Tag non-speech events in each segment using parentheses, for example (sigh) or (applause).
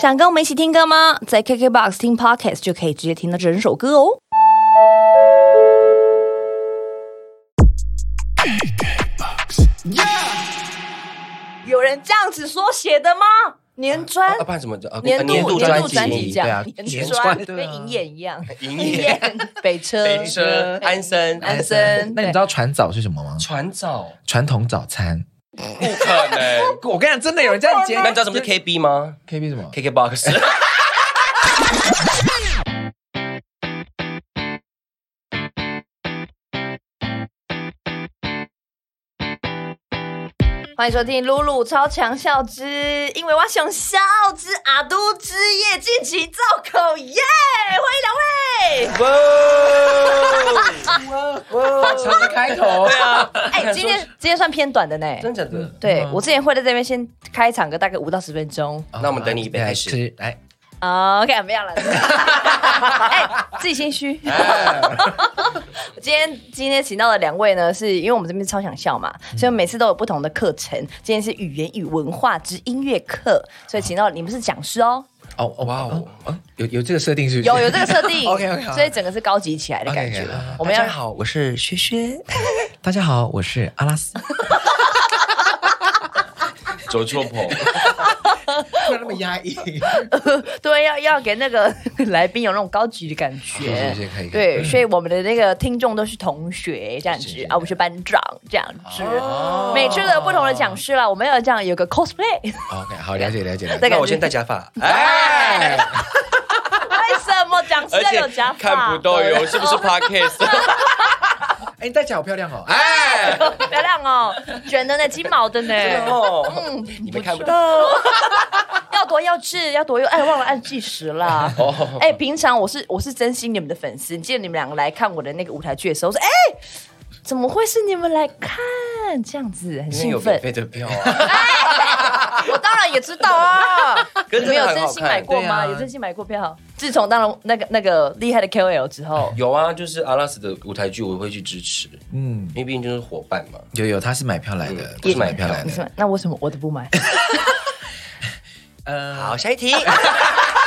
想跟我们一起听歌吗？在 KKBOX 听 Podcast 就可以直接听到整首歌哦。有人这样子缩写的吗？年专啊，不然怎么啊年年度专度专辑对 (laughs) 奖，，啊年年专专跟银眼一样，银银眼、眼 (laughs) 北车北车、安生、安生，那你知道传早是什么吗？船早，传统早餐。不可 (laughs) 能。我跟你讲，真的有人这样接。那你知道什么是 KB 吗 KB 什么？ (laughs) ？KKBOX。欢迎收听《露露超强笑之因为我想笑之阿都之夜尽情造口耶》，欢迎两位。哇哇，哦长的开 (laughs) 头。对啊， (laughs) 哎、今天今天算偏短的呢。真的假的？对我之前会在这边先开场个大概五到十分钟。那我们等你一杯开始吃来，哦 OK，不要了。 (laughs) 哎、自己心虚。哎 (laughs) 今天今天请到的两位呢，是因为我们这边超想笑嘛，所以每次都有不同的课程。今天是语言与文化之音乐课，所以请到你们是讲师哦，哦哦哇哦，哦有有这个设定是不是？有有这个设定 (laughs) OK，OK，好所以整个是高级起来的感觉。 OK，OK，好哎我们要大家好，我是薛薛。大家好，我是阿拉斯。走错棚，不要那么压 (laughs) 抑。对要要给那个 (laughs) 来宾有那种高级的感觉是是是可以可以嗯对，所以我们的那个听众都是同学这样子是是啊，我是班长这样子。哦每次都有不同的讲师啦，我们要这样有个 cosplay OK，好，了解了解了的解。感觉。那我先戴假发。哎， (laughs) 为什么讲师而要且有假发？哦看不到哟，是不是 (laughs) Podcast？哎，你戴假好漂亮哦。哎，哎，漂亮哦， (laughs) 卷的呢，金毛的呢，哦，嗯，你们看不到， (laughs) 要多要质，要多又哎，忘了按计时啦。哦，哎、平常我是我是真心你们的粉丝，记得你们两个来看我的那个舞台剧的时候，我说哎、怎么会是你们来看？这样子很里面兴有奋免，费的票啊，我当然也知道啊。可你们是 (laughs) 真有的很真好心买看。过吗？对啊有真心买过票？自从当了那个那个厉害的 KOL 之后，有啊，就是阿拉斯的舞台剧，我会去支持，嗯，因为毕竟就是伙伴嘛。有有，他是买票来的嗯，我是买票来你是的。买那为什么我都不 (laughs) 买？嗯，好， (laughs) 下一题。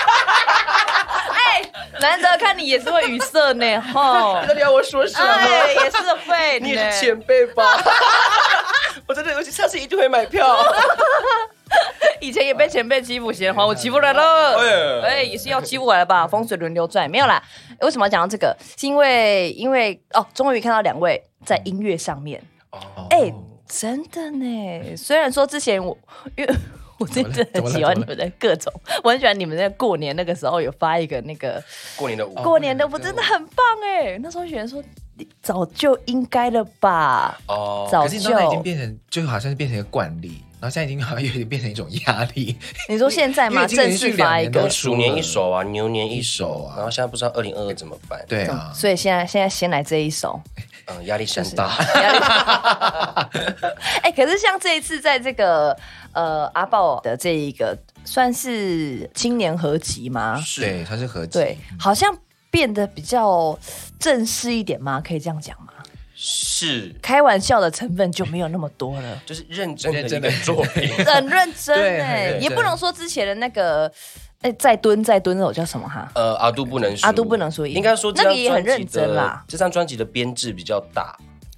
哎，难得看你也是会语塞呢， (laughs) 吼。到底要我说什哎，也是会呢，你也是前辈吧？我真的，我下次一定会买票。以前也被前辈欺负，嫌还我欺负来了。哎 (laughs) 哎，也是要欺负我了 (laughs) 吧？风水轮流转，没有啦。为什么要讲到这个？是因为因为哦，终于看到两位在音乐上面，哦哎、真的呢。虽然说之前我因为。我真的怎么很了喜欢你们的各种，我很喜欢你们在过年那个时候有发一个那个过年的哦舞过年的舞，真的很棒哎！那时候有人说你早就应该了吧，哦早可是你知道，那已经就变成，就好像是变成一个惯例，然后现在已经好像有点变成一种压力。 (laughs) 你说现在因为吗？已经连正续式发一两个年，鼠年一首啊，牛年一首一首啊然后现在不知道二零二二怎么办，，对啊，所以现在现在先来这一首。嗯，压力山大。 (laughs) 哎、可是像这一次在这个呃阿豹的这一个算是青年合集吗？对，它是合集。对，好像变得比较正式一点吗？可以这样讲吗？是，。开玩笑的成分就没有那么多了 (laughs) 就是认真认的一真个的作 (laughs) 品。很认真对哎、很认真也不能说之前的那个哎、再蹲再蹲那首叫什么哈？呃，阿杜不能输，阿杜不能输赢应该说那这张个也很认真专辑的啦这张专辑的编制比较大，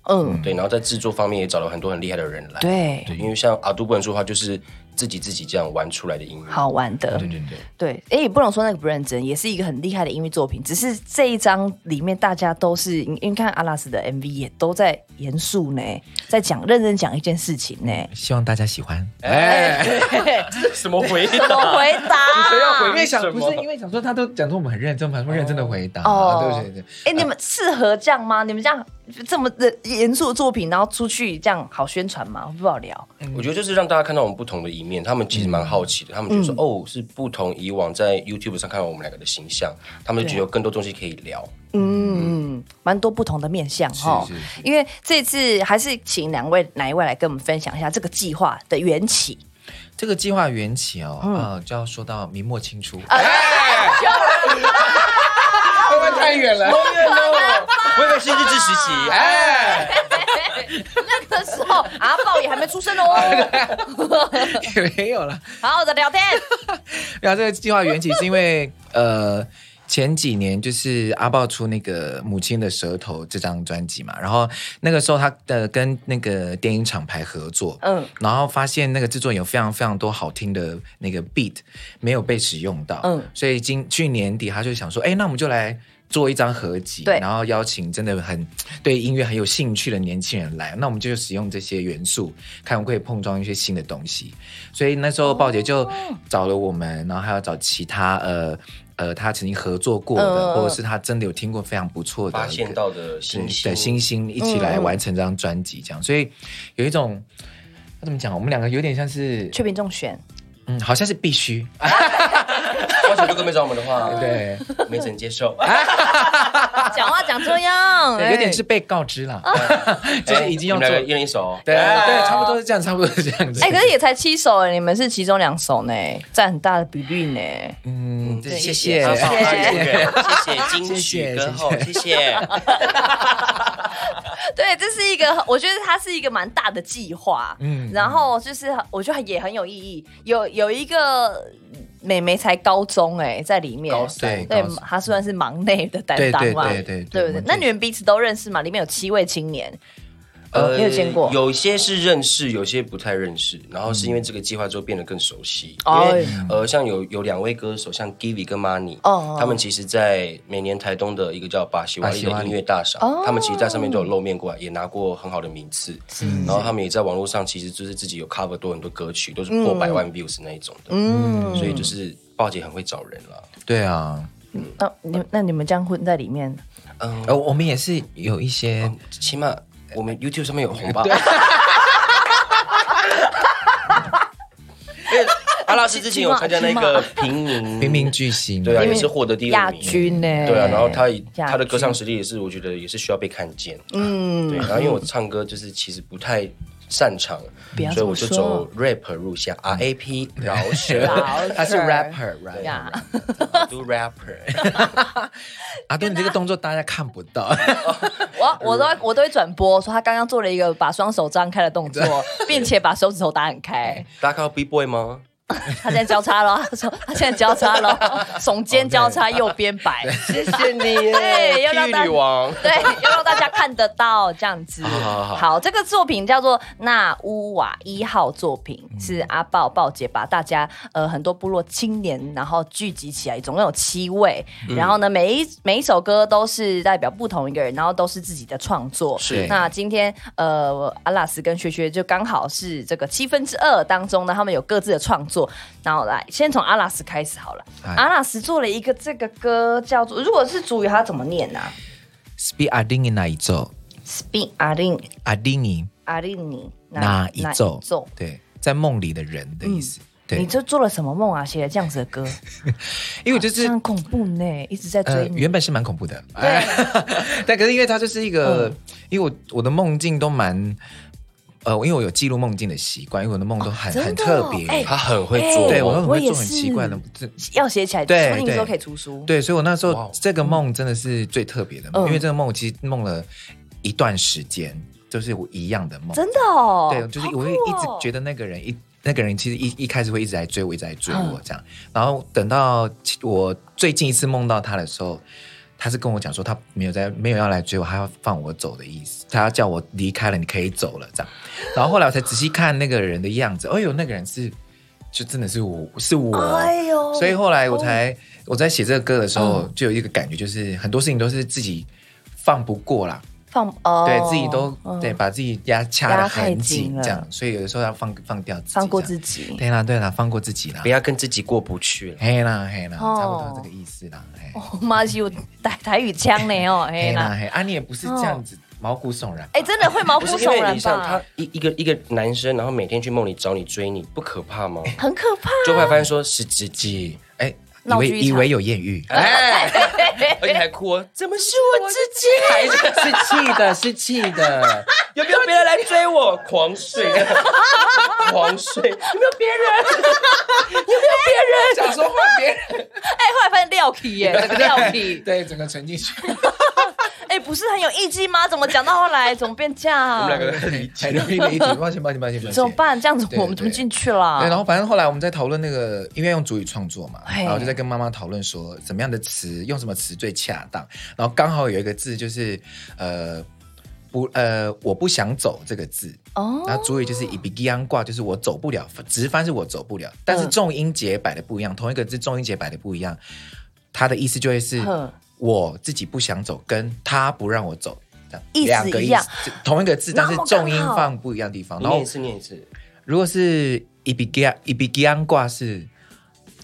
嗯，对，然后在制作方面也找了很多很厉害的人来，对，对，因为像阿杜不能输的话，就是自己自己这样玩出来的音乐，，好玩的。对对对，对，哎，也不能说那个不认真，也是一个很厉害的音乐作品。只是这一张里面，大家都是因因为看阿拉斯的 MV 也都在严肃呢，在讲认真讲一件事情呢。希望大家喜欢。哎， (laughs) 什么 (laughs) 回我答？回谁要答回因，为想为什不么嗯是因为想说他都讲说我们很认真，我们很认真的回答，哦对对对哎，对。你们适合这样吗？你们这样这么的严肃的作品，然后出去这样好宣传吗？不好聊。我觉得就是让大家看到我们不同的一面，他们其实蛮好奇的，他们觉嗯得说、哦，是不同以往在 YouTube 上看到我们两个的形象，他们就觉得有更多东西可以聊。嗯，蛮多不同的面向哈是。因为这次还是请两位哪一位来跟我们分享一下这个计划的缘起。这个计划缘起哦，啊，就要说到明末清初，哎， (laughs) 会不会太远了？好远哦， (laughs) 我有个新日志时期，哎， (laughs) 那个时候阿豹也还没出生哦，也 (laughs) 没有了。好 (laughs) 好的聊天。然后这个计划缘起是因为呃。前几年就是阿豹出那个《母亲的舌头》这张专辑嘛，然后那个时候他的跟那个电影厂牌合作，嗯嗯，然后发现那个制作人有非常非常多好听的那个 beat 没有被使用到，嗯嗯，所以今去年底他就想说，哎，那我们就来做一张合集，对然后邀请真的很对音乐很有兴趣的年轻人来，那我们就使用这些元素，看我们可以碰撞一些新的东西。所以那时候鲍姐就哦找了我们，然后还要找其他呃呃，她曾经合作过嗯嗯的，嗯或者是她真的有听过非常不错的发现到的信息，的星星一起来完成这张专辑，嗯这样，所以有一种。那怎么讲？我们两个有点像是，雀屏中选，嗯，好像是必须，哦要求哥哥没找我们的话，， (laughs) 对，啊没能接受。 (laughs) 讲话讲这样，对有点哎是被告知啦，哦就 (laughs) 是哎已经要你们两做，对个一人一哦首，对，差不多是这样，差不多是这样子。哎、可是也才七首哎，你们是其中两首呢，占很大的比率呢。嗯，对谢谢谢，阿豹谢啊谢谢谢谢金谢曲谢歌后，谢谢。 (laughs) 对，这是一个，我觉得它是一个蛮大的计划，嗯嗯，然后就是我觉得也很有意义，有有一个妹妹才高中哎、在里面，高三对高三，她算是忙内的担当嘛，对对对对对对不我对们？那这你们彼此都认识嘛？里面有七位青年，呃，你有见过？有些是认识，有些不太认识。然后是因为这个计划之后变得更熟悉，哦因为呃，像有有两位歌手，像 Givi 跟 Money，、哦他们其实，在每年台东的一个叫巴西瓦利巴西瓦的利音乐大赏，哦他们其实在上面都有露面过来，也拿过很好的名次。然后他们也在网络上，其实就是自己有 cover 多很多歌曲，都是嗯破百万 views 那一种的。嗯，所以就是鲍姐很会找人了。对啊，那、你那你们这样混在里面，嗯，呃，我们也是有一些起码我们 YouTube 上面有红吧。因为 (laughs) 阿拉斯之前有参加那个平民明明巨星，对啊，因为也是获得第亚二名。军呢、对啊，然后他以亚军他的歌唱实力也是，我觉得也是需要被看见。嗯，对。然后因为我唱歌就是其实不太擅长不要，所以这么我就说走 rap 路线，R A P 饶 (laughs) 舌，老他是师 rapper，right？呀。 do rapper。 (laughs) 阿啊啊东，你这个动作大家看不到， (laughs) 我我嗯都会我都会转播说他刚刚做了一个把双手张开的动 (laughs) 作，并且把手指头打很开。大家看到 B boy 吗？他现在交叉了，他说他现在交叉 (laughs) 了，耸肩交叉，右边摆。哦谢谢你 (laughs) 对要让大霹雳王。对， (laughs) 要让大家看得到这样子。好好好这个作品叫做《纳乌瓦一号》作品，嗯是阿豹豹姐把大家呃很多部落青年然后聚集起来，总共有七位。嗯然后呢，每一每一首歌都是代表不同一个人，然后都是自己的创作。是那今天呃，阿拉斯跟薛薛就刚好是这个七分之二当中呢，他们有各自的创作。然后来，先从阿拉斯开始好了。哎阿拉斯做了一个这个歌叫做，如果是主语，它怎么念呢、啊？ Speak 阿丁尼那一奏， Spin 阿令阿丁尼阿令你那一奏哪奏，对，在梦里的人的意思。嗯你对，这做了什么梦啊？写了这样子的歌，因为我就是这很恐怖呢，一直在呃追，你。原本是蛮恐怖的，哎， (laughs) 但可是因为它就是一个，嗯因为我我的梦境都蛮，呃，因为我有记录梦境的习惯，因为我的梦都很、真的很哦特别，哎他很会做梦，哦对我很我会也做很奇怪的是，这要写起来，对说不定对说可以出书。对，所以我那时哇候哦这个梦真的是最特别的梦，嗯因为这个梦我其实梦了一段时间，就是我一样的梦，真的哦，对，就是我会一直觉得得那个人一那个人其实一一开始会一直在追我，一直在追我这样，然后等到其我最近一次梦到他的时候，他是跟我讲说他没有在没有要来追我，他要放我走的意思，他要叫我离开了，你可以走了这样。然后后来我才仔细看那个人的样子，哎呦，那个人是就真的是我是我，哎呦，哦所以后来我才、我在写这个歌的时候，就有一个感觉，就是很多事情都是自己放不过啦。放哦，对自己都、嗯对，把自己压掐压得太很紧紧，了这样，所以有的时候要放放掉自己，放过己。自己。对啦，对啦，放过自己啦不，要跟自己过不去了。嘿啦，嘿啦，哦差不多这个意思啦，嘿，我妈是有台台语腔呢 (laughs) 哦，哎嘿啦，啦，嘿，啊，你也不是这样子毛骨悚然吧，哎，真的会毛骨不是因为悚然你像他吧？一一个一个男生，然后每天去梦里找你追你，不可怕吗？很可怕，就会发现说是自己，哎，以闹为剧一场以为有艳遇， (laughs) 哎，而且还哭哦，怎么是我自己？还是是气的，是气的， (laughs) 有没有别人来追我？狂睡， (laughs) 狂睡，有没有别 (laughs) 人？想说换别人， (laughs) 哎，后来发现廖皮耶，这个廖皮，对，整个沉进去，哎、哎，不是很有意境吗？怎么讲到后来怎么变这样？嗯在理很容易媒体，抱歉抱歉抱歉抱歉。怎么办？这样子对我们怎么对进去了？对，然后反正后来我们在讨论那个，因为用主语创作嘛，嘿然后就在跟妈妈讨论说，怎么样的词用什么词最恰当。然后刚好有一个字就是呃不呃我不想走这个字，哦然后主语就是以比吉安挂，就是我走不了，直翻是我走不了，但嗯是重音节摆的不一样，同一个字重音节摆的不一样，它的意思就会是哼我自己不想走，跟他不让我走。这样意思两个一样，同一个字，但是那么刚重音好放不一样的地方。你然后念一次，念一次。如果是伊比吉伊比吉安挂是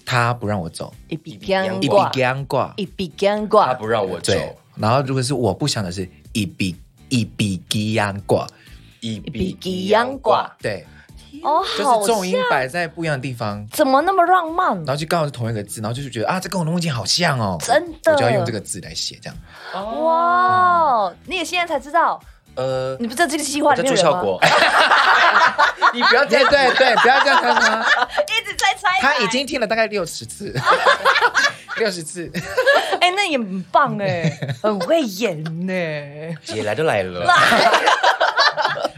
他不让我走，一笔干伊比挂，吉安挂啊一笔干他挂，不让我对走，，然后如果是我不想的是伊比伊比吉安挂，一啊比吉阳挂。对，哦，就是好重音像摆在不一样的地方，怎么那么浪漫然？后就刚好是同一个字，然后就是觉得啊，这跟我的梦境好像哦，真的我就要用这个字来写这样。哇，你也现在才知道，呃，你不知道这个计划我里在面有做人 (laughs) 效吗？果， (laughs) 你不要对对对，不要这样看他，一直在猜，他已经听了大概六十次，六十次。哎，那也很棒哎， (laughs) 很会演呢。姐来都来了，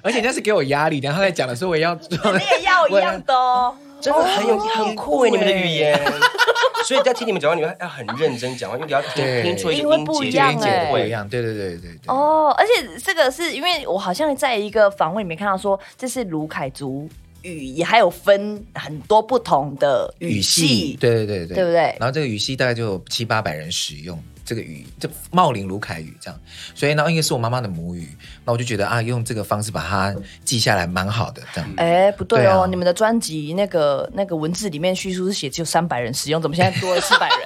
而且人家是给我压力，然后他在讲的时候，我也要做。你也要一样的哦。真的很有很酷哎，你们的酷欸语言。 (laughs) 所以在听你们讲话，你们要很认真讲话，因为你要听对听出一因个为音不节一的样音欸节不一会。样，对对对对对。 (laughs) 哦，而且这个是因为我好像在一个访问里面看到说，这是卢凯族语，也还有分很多不同的语系，系。对对对对，对不对然后这个语系大概就有七八百人使用这个语，这茂林卢凯语这样，所以呢，因为是我妈妈的母语，那我就觉得啊，用这个方式把它记下来，蛮好的这样。哎，不对对哦，啊你们的专辑那个那个文字里面叙述是写只有三百人使用，怎么现在多了四百 (laughs) 人？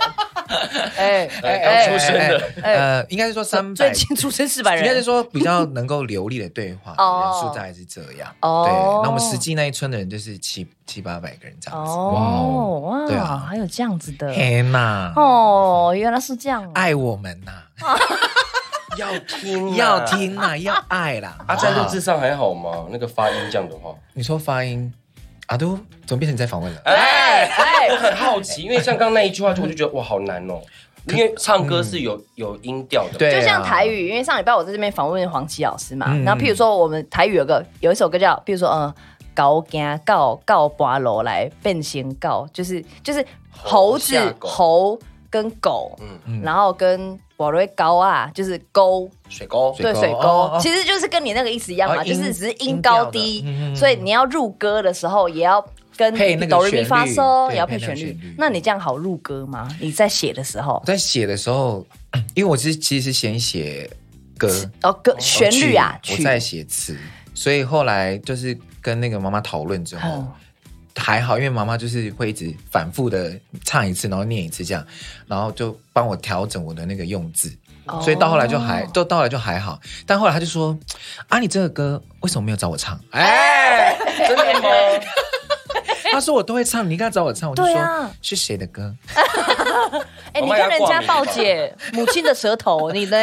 哎哎哎刚出生的哎哎呃，应该是说三最百，近出生四百应该是人，说比较能够流利的对话哦人数大概是这样。哦对，那我们实际那一村的人就是七七八百个人这样子。哦对哇，啊还有这样子的天呐，哦，原来是这样啊。爱我们呐、嗯要听啊要听呐、要爱啦。啊，在录制上还好吗？那个发音这样的话，你说发音啊，都怎么变成你在访问了？哎，哎我很好奇，因为像刚刚那一句话，就我就觉得哇，好难哦。因为唱歌是有有音调的，对啊就像台语，因为上礼拜我在这边访问黄琦老师嘛，嗯然后譬如说我们台语有个有一首歌叫，譬如说嗯，高惊告告拔楼来变形告，就是就是猴子猴吓狗猴跟狗，嗯嗯然后跟拔楼高啊，就是沟水沟水对沟水沟，哦哦其实就是跟你那个意思一样嘛，哦就音是只是音高低音，调的嗯嗯嗯所以你要入歌的时候也要。跟配那个哆瑞咪旋律发嗦，对也要配配那个旋律旋律。那你这样好入歌吗？你在写的时候我，在写的时候， (clears throat) 因为我其实其实是先写歌哦，歌旋律啊，曲曲我在写词，所以后来就是跟那个妈妈讨论之后。嗯还好，因为妈妈就是会一直反复的唱一次，然后念一次这样，然后就帮我调整我的那个用字，哦所以到后来就还，都到后来就还好。但后来她就说：“啊，你这个歌为什么没有找我唱？”哎，真的吗？她哎说我都会唱，你应该找我唱。我就对说、啊是谁的歌？哎、你我妈看要人挂家名报吧姐母亲的舌头，你呢？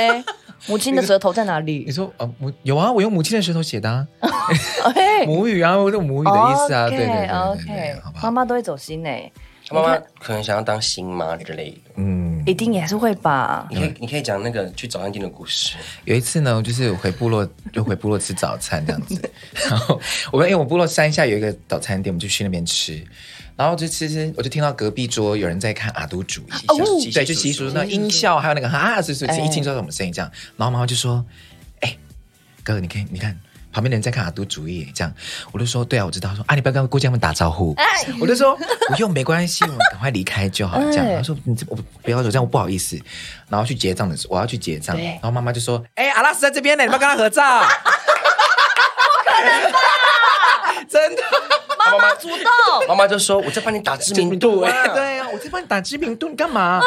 母亲的舌头在哪你里？说啊，我有啊，我用母亲的舌头写的、啊，哎 (laughs) 母语啊，我用母语的意思啊，对对对对 OK，对对，好不妈好？妈都会走心呢，他妈妈可能想要当新妈之类的。嗯，一定也是会吧？你可以，你可以讲那个去早餐店的故事。有一次呢，就是我回部落，就回部落吃早餐这样嗯子。 (laughs) 然后我们因为我部落山下有一个早餐店，我们就去那边吃。然后就吃吃，我就听到隔壁桌有人在看阿都主义，哦习习对，就俗习俗习那音效，还有那个啊，是是，嗯哎一听知道什么声音这样。然后妈妈就说：“哎，哥，你看，你看。”旁边的人在看阿都主义，这样我就说对啊，我知道。她说啊，你不要跟顾家他们打招呼。哎，我就说不用，没关系，我们赶快离开就好。这样，哎他说你这我不要走，这样我不好意思。然后去结账的时候，我要去结账，对然后妈妈就说：“哎、阿拉斯在这边呢，你不要跟他合照。”啊 (laughs) 真的，妈妈主动，妈妈就说：“我在帮你打知名度。”对哎，对啊，我在帮你打知名度，你干 (laughs) 嘛？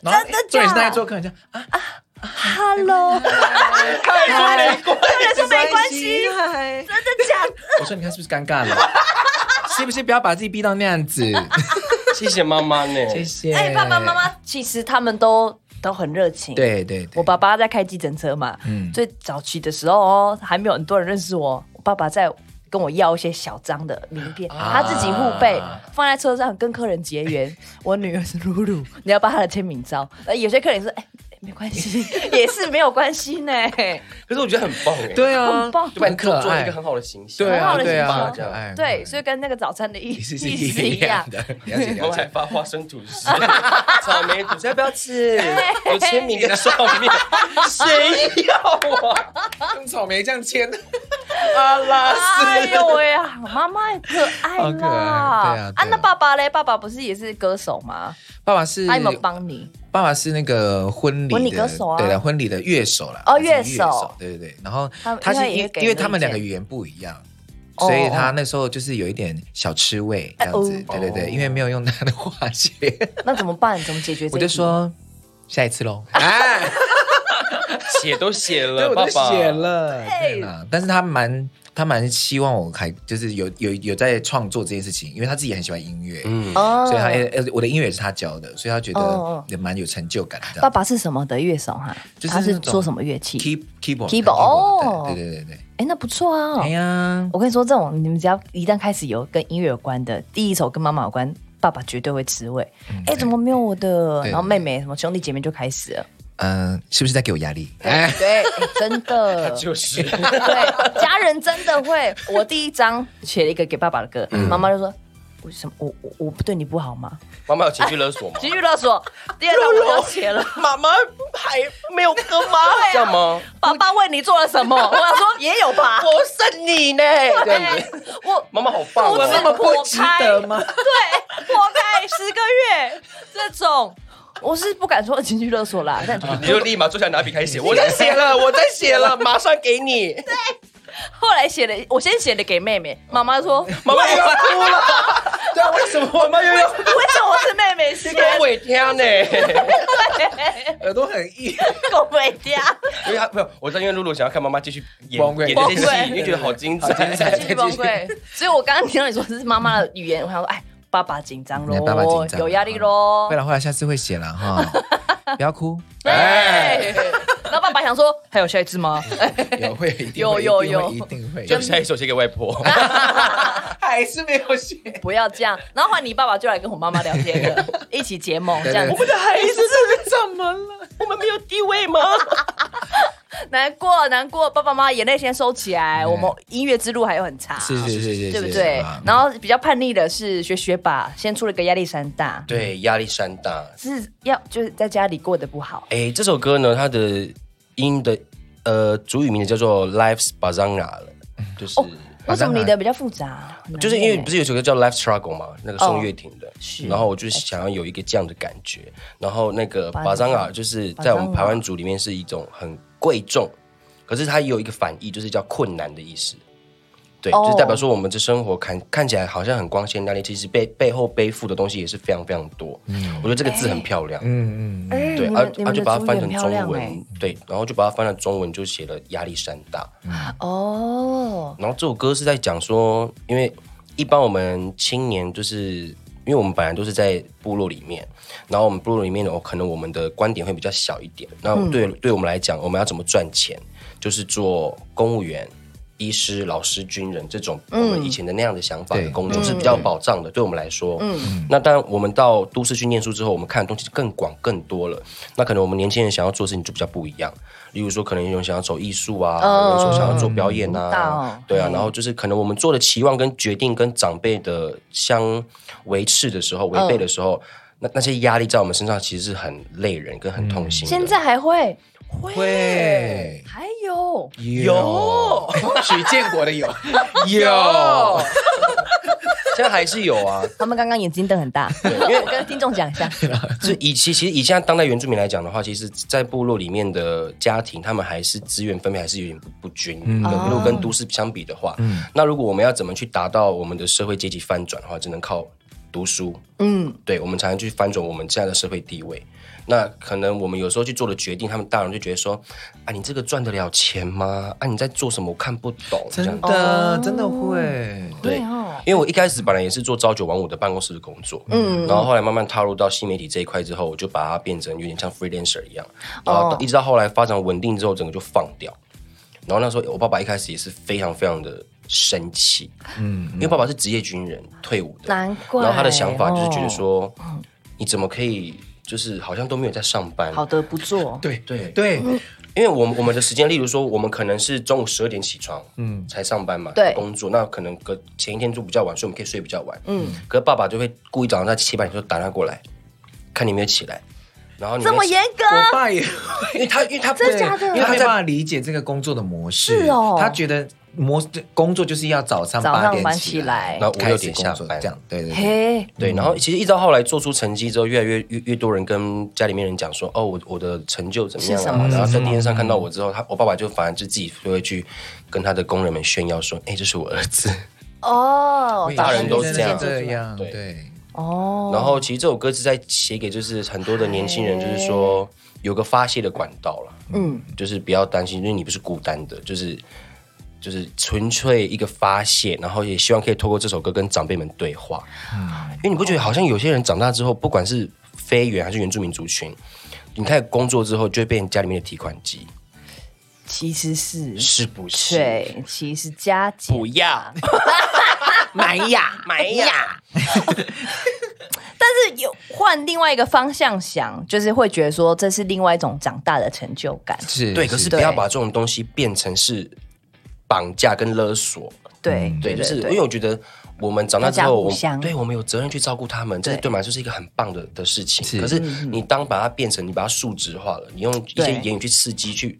然真的假的重点是那一桌客人这样啊， Hello， (laughs) 太多了真的是没哎关系，嗨真的假的？我说你看是不是尴尬了？ (laughs) 是不是不要把自己逼到那样 (laughs) 子？谢谢妈妈呢。谢谢。哎，爸爸妈，妈其实他们都都很热情，。对对对，我爸爸在开计程车嘛，嗯最早期的时候哦，还没有很多人认识我，我爸爸在跟我要一些小张的名片，啊他自己互背放在 (laughs) 车上跟客人结缘。我女儿是露露，你要帮她的签名照。呃，有些客人说，哎、没关 (laughs) 系，也是没有关系呢。哎可是我觉得很棒哎，对啊，很棒就把你可做做一爱个，很好的形象，对很啊，好的对形啊，象这可样。爱对，所以跟那个早餐的意意意思思 (laughs) 是一一样样。的，了解然后还了 (laughs) 解。发花生吐司、 (laughs) 草莓吐司，要不要吃？有签名在上面，谁要啊？ (laughs) 用草莓酱 (laughs) 签，阿 (laughs) 拉哎斯，呦喂啊，妈妈也可爱好啦！可爱对啊对啊那爸爸嘞？爸爸不是也是歌手吗？爸爸是他有没有帮你？爸爸是那个婚礼的婚礼歌手啊对的，婚礼的乐手啦。哦他是乐手对对对。然后他他因是为也因给因为你他意们见两个语言不一样。哦所以他那时候就是有一点小吃味这样子，哎哦对对对，因为没有用他的化 (laughs) 学，那怎么办？怎么解决？我就，说下一次喽。哎，写都写对，了，我爸都爸写了，对对啦。但是他蛮他蛮希望我还就是有有有在创作这件事情，因为他自己也很喜欢音乐，嗯，哦所以他也呃我的音乐也是他教的，所以他觉哦哦得也蛮有成就感的。爸爸是什么的乐手哈？就是他那是种做什么乐器？ key keyboard keyboard，哦对对对对，哎，那不错啊哎。呀，我跟你说，这种你们只要一旦开始有跟音乐有关的，第一首跟妈妈有关，爸爸绝对会吃味。哎，怎么没有我的？嗯对然后妹妹什么兄弟姐妹就开 (laughs) 始了。嗯，是不是在给我压力？ (laughs) 对，对，哎真 (laughs) 的，就是对，家人真的会。我第一张写了一个给爸爸的歌，嗯妈妈就说：“为什么我我我对你不好吗妈妈有情绪勒索吗？情绪勒索。”第二张我就写了。啊妈妈还没有歌吗？这样吗？爸爸为你做了什么？我想说也有 (laughs) 吧，哎我是你呢，这样子，我妈妈好棒肚子哦。那么不值得吗破开对，活该十个月这种，我是不敢说情绪勒索 (laughs) 啦，但啊你就立马坐下拿笔开始写，我在 (laughs) 写了，我在写了，马上给你。后来写的，我先写的给妹妹，妈妈 (laughs) 说妈妈又要哭了，对啊，为什么妈妈又要哭？为什么是妹妹写 (laughs) 这？个我也听呢。耳朵很 (laughs) 硬，狗没家。因为他没有，我知道，因为露露想要看妈妈继续演崩溃演这件崩溃戏，因为觉得好精彩， (laughs) 精彩情绪崩溃。所以我刚刚听到你说是妈妈的语言，我想说，哎，爸爸紧张你喽，看哎爸爸紧张哦了有压力喽 (laughs) 会。了会了，下次会写了 (laughs) 哈，不要哭，哎，然后爸爸想说，还有下一只吗？有会一定会有有有一定 (laughs) 会一定就会，下一首写给外婆，还是没有写。不要这 (laughs) 样。然后后来你爸爸就来跟我妈妈聊天了，一起结盟这对对样子。的孩子怎么了？我们没有地位吗？ (laughs) 难过，难过，爸爸妈妈眼泪先收起来，嗯我们音乐之路还有很长。是是是是，啊对不对？然后比较叛逆的是学学霸，先出了个压力山大， (laughs) 对，压力山大。是要就是在家里过得不好，哎，这首歌呢，它的音的呃主语名字叫做《Life's Bazanga》了，就是为什么你的比较复杂？很难就是因为念不是有首歌叫《Life Struggle》嘛，那个宋岳庭的，哦是然后我就是想要有一个这样的感觉，然后那个巴巴桑桑嘎嘎就是在我们 Bazanga 台湾组里面是一种很贵重，可是它也有一个反义，就是叫困难的意思。对，哦就是代表说我们这生活看看起来好像很光鲜亮丽，其实背背后背负的东西也是非常非常多。我觉得这个字很漂亮。嗯嗯，哎对，你啊哎们你啊们就的把它主语翻很成漂中亮文，哎对，然后就把它翻成中文，就写了压力山大。哦，然后这首歌是在讲说，因为一般我们青年就是，因为我们本来都是在部落里面，然后我们部落里面呢，可能我们的观点会比较小一点。那对、对我们来讲，我们要怎么赚钱，就是做公务员。医师、老师、军人这种我们以前的那样的想法的对工作是比较有保障的，对我们来说。嗯，那当然，我们到都市去念书之后，我们看的东西更广、更多了。那可能我们年轻人想要做的事情就比较不一样，例如说，可能有人想要走艺术啊，有人说想要做表演舞蹈嗯啊，对啊，然后就是可能我们做的期望跟决定跟长辈的相维持的时候、违背的时候，那那些压力在我们身上其实是很累人跟很痛心嗯的。现在还会会还有有 (laughs) 许建国 (laughs) 的有有，现在还是有啊。他们刚刚眼睛瞪很大，因 (laughs) 为我跟听众讲一下，就以其其实以现在当代原住民来讲的话，其实，在部落里面的家庭，他们还是资源分配还是有点不不均匀的。嗯如果哦跟都市相比的话，那如果我们要怎么去达到我们的社会阶级翻转的话，只能靠读书。嗯，对，我们才能去翻转我们现在的社会地位。那可能我们有时候去做的决定，他们大人就觉得说：“啊，你这个赚得了钱吗？啊，你在做什么？我看不懂。”这样真子哦的真的会，对会哦，因为我一开始本来也是做朝九晚五的办公室的工作，嗯，然后后来慢慢踏入到新媒体这一块之后，我就把它变成有点像 freelancer 一样，哦然后到一直到后来发展稳定之后，整个就放掉。然后那时候我爸爸一开始也是非常非常的生气，嗯，因为爸爸是职业军人退伍的，难怪哦嗯然后他的想法就是觉得说，你怎么可以就是好像都没有在上班。好的不做，对对对，因为我们我们的时间，例如说，我们可能是中午十二点起床，嗯，才上班嘛，对才工作，那可能隔前一天就比较晚，所以我们可以睡比较晚，嗯。可是爸爸就会故意早上在七八点就打电话过来，看你有没有起来，然后你这么严格，我爸也因为他因为他真的假的因为他没办法理解这个工作的模式，是哦他觉得模工作就是要早上早上八点班起起来然后五开六始点工下作班这样，对对对，嘿，对，然后其实一直到后来做出成绩之后，越来越越越多人跟家里面人讲说，哦，我我的成就怎么样是什么啊？然后在电视上看到我之后，他我爸爸就反而就自己就会去跟他的工人们炫耀说，哎，这是我儿子。哦，大人都是是这样这样，对对，哦，然后其实这首歌是在写给就是很多的年轻人，就是说有个发泄的管道啦，嗯，就是不要担心，因为你不是孤单的，就是就是纯粹一个发泄，然后也希望可以透过这首歌跟长辈们对话，因为你不觉得好像有些人长大之后，不管是非原还是原住民族群。你开始工作之后，就会变成家里面的提款机，其实是是不是？对，其实加减不 (laughs) 要，买呀，买呀！但是有换另外一个方向想，就是会觉得说这是另外一种长大的成就感。是，对，可是不要把这种东西变成是绑架跟勒索。对嗯对，就是因对为我觉得我们长大之大家后，互我相们对我们有责任去照顾他们，这对是对我们来说是一个很棒的的事情。是可是你当把它变成你把它数值化了，你用一些对言语去刺激去。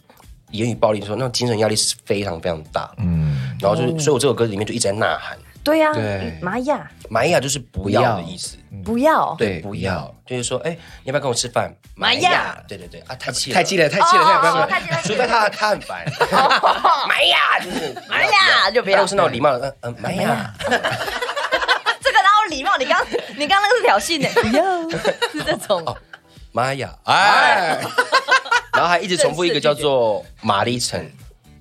言语暴力的时候，那精神压力是非常非常大。嗯，然后就是，所以我这首歌里面就一直在呐喊，对呀对，玛雅玛雅就是不要的意思，不要 (laughs) 对，不不要要，就是说，哎，你要不要跟我吃饭？玛雅，对对对，啊，太气了，太气了，了，太气了，太哦不太要，气了 (laughs) 除非他他很烦，玛雅就是玛雅就不要如果是那种礼貌的，嗯嗯，玛雅， (laughs) 这个，然后礼貌，你刚你刚那个是挑衅的，不要 (laughs) 是这种玛雅，哎， (laughs) 然后还一直重复一个叫做玛丽城，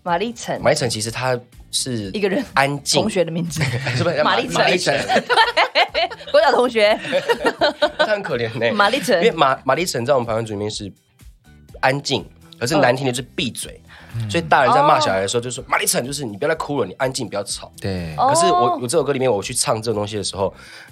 玛丽城玛丽城其实它是一个人安静同，学的名字， (laughs) (laughs) 是不是玛丽城玛丽城，国小同 (laughs) 学，他很 (laughs) 可怜呢。玛丽城因为玛玛丽城在我们台湾族里面是安静，可哦是难听的就是闭嘴，所以大人在骂小孩的时候就说玛丽城就是你不要再哭了，你安静不要吵。对，哦可是我我这首歌里面我去唱这个东西的时候，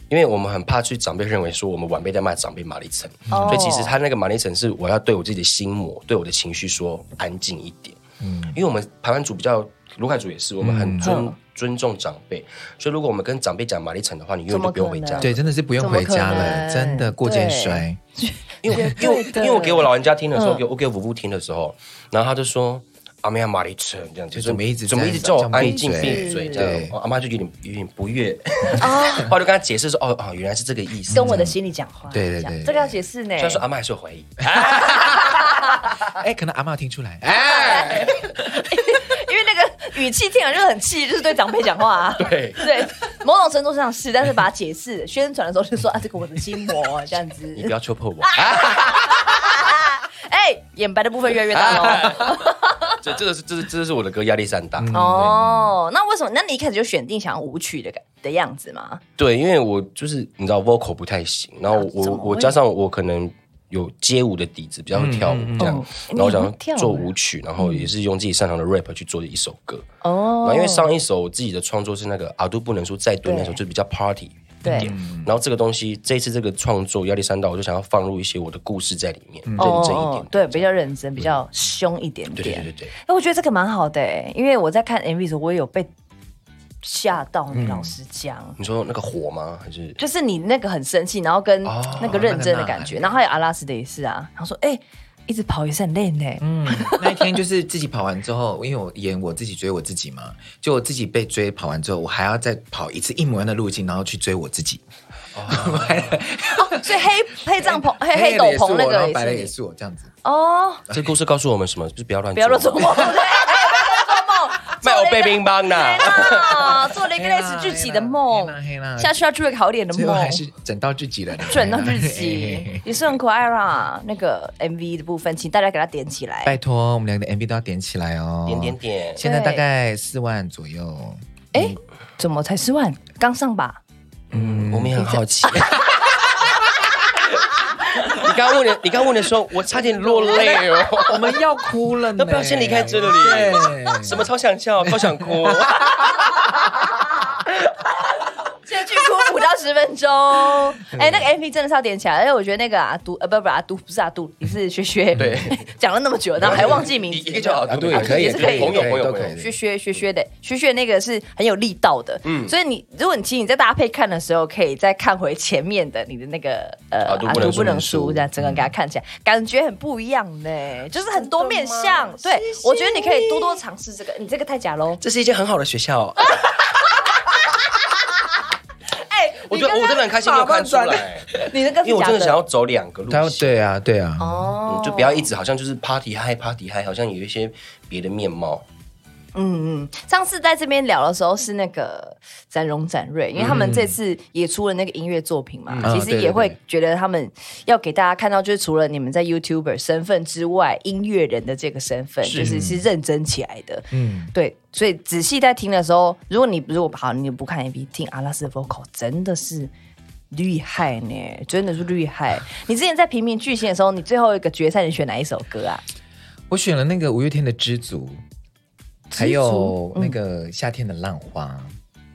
因为我们很怕去长辈认为说我们晚辈在骂长辈玛丽城，哦所以其实他那个玛丽城是我要对我自己的心魔，对我的情绪说安静一点。嗯，因为我们台湾族比较，卢凯族也是，我们很尊、嗯尊重长辈，所以如果我们跟长辈讲玛丽城的话，你永远都不用回怎么可家能。对，真的是不用回家怎么可能了，真的过肩摔，因为因为因为我给我老人家听的时候，嗯给我我给我五姑听的时候，然后他就说。阿妹要玛丽城这样子，就怎么一直怎么这一样直子叫我这样安闭静嘴闭嘴这对样，哦我阿妈就有点有点不悦，然 (laughs) 后我就跟她解释说，哦哦，原来是这个意思。跟我的心里讲话，对对这样对这个要解释呢虽。然说阿妈还是有怀疑，哎，可能阿妈听出来，哎， (laughs) 因为那个语气听起来就是很气，就是对长辈讲话、啊。 (laughs) 对对，某种程度上是，但是把它解 (laughs) 释宣传的时候就说啊，这个我的心魔这样子你。不要戳破我，哎、眼白的部分越来越大啊哦。 (laughs) 这这个是这是这是我的歌，压力山大。嗯哦，那为什么？那你一开始就选定想要舞曲的感的样子吗？对，因为我就是你知道 vocal 不太行，然后啊我怎么会我加上我可能有街舞的底子，比较会跳舞这样哦，然后我你会跳想舞做舞曲，然后也是用自己擅长的 rap 去做一首歌。然哦后，因为上一首我自己的创作是那个阿杜不能说再蹲那首，对就比较 party 对一点。然后这个东西，这一次这个创作压力山大，我就想要放入一些我的故事在里面，嗯认真一点。哦对，比较认真，比较凶一点点。对对对对，哎，我觉得这个蛮好的、哎，因为我在看 MV 的时候，我也有被吓到。嗯你老实讲，你说那个火吗？还是就是你那个很生气，然后跟哦那个认真的感觉，那个呐喊然后还有阿拉斯的也是啊，然后说哎、一直跑也是很累呢。嗯， (laughs) 那一天就是自己跑完之后，因为我演我自己追我自己嘛，就我自己被追跑完之后，我还要再跑一次一模一样的路径，然后去追我自己。哦，所以黑 (laughs) 黑帐篷、黑黑的斗也是篷我那然个后白的也也是你是我这样子，哦，这故事告诉我们什么？就是不要乱不要乱做做梦，对，不要 (laughs) 乱做梦，没有被冰乒乓的。啊，做了一个类似自己的梦黑啦黑啦黑，啦下去要做一个好一点的最后梦还，是整到自己了，准到自嘿嘿己嘿，也是很可爱啦。那个 MV 的部分，请大家给它点起来。 (laughs) 拜托，我们两个的 MV 都要点起来哦，点点。点，现在大概四万左右，哎，嗯怎么才四万？刚上吧？嗯我们也很好奇。你刚刚问的，你刚刚问的时候，我差点落泪哦。 (laughs) 我们要哭 (laughs) 了呢，要不要先离开这里 (laughs) 对，什么超想笑，超想哭。现在去哭舞到到十分 (laughs) 钟。哎、那个 MV 真的是要点起来，而且我觉得那个啊，杜呃不不啊，杜不是啊，杜是薛薛，对， (laughs) 讲了那么 (laughs) 久，然后还忘记名字， (laughs) 一个叫阿啊杜，对可以也是可以，可以朋友可以朋友都朋可以友，薛薛薛薛的薛薛那个是很有力道的，嗯，所以你如果你其实你在搭配看的时候，可以再看回前面的你的那个呃啊都不能啊输都这样整个给它看起来，感觉很不一样呢，就是很多面向。对，我觉得你可以多多尝试这个，你这个太假喽。这是一间很好的 (laughs) 学校，哎，我觉得我真的很开心，没有看 (laughs) 出来，你那个因为我真的想要走两个路他线，对啊，对啊，哦嗯，就不要一直好像就是 party 嗨 party 嗨，好像有一些别的面貌。嗯嗯，上次在这边聊的时候是那个展荣展瑞，因为他们这次也出了那个音乐作品嘛，嗯其啊实对也对会对觉得他们要给大家看到，就是除了你们在 YouTuber 身份之外，音乐人的这个身份是就是是认真起来的。嗯，对，所以仔细在听的时候，如果你如果好，你不看 A v 听阿拉斯的 vocal 真的是厉害呢，真的是厉害。你之前在平民巨星的时候，你最后一个决赛你选哪一首歌啊？我选了那个五月天的《知足》，还有那个夏天的浪花，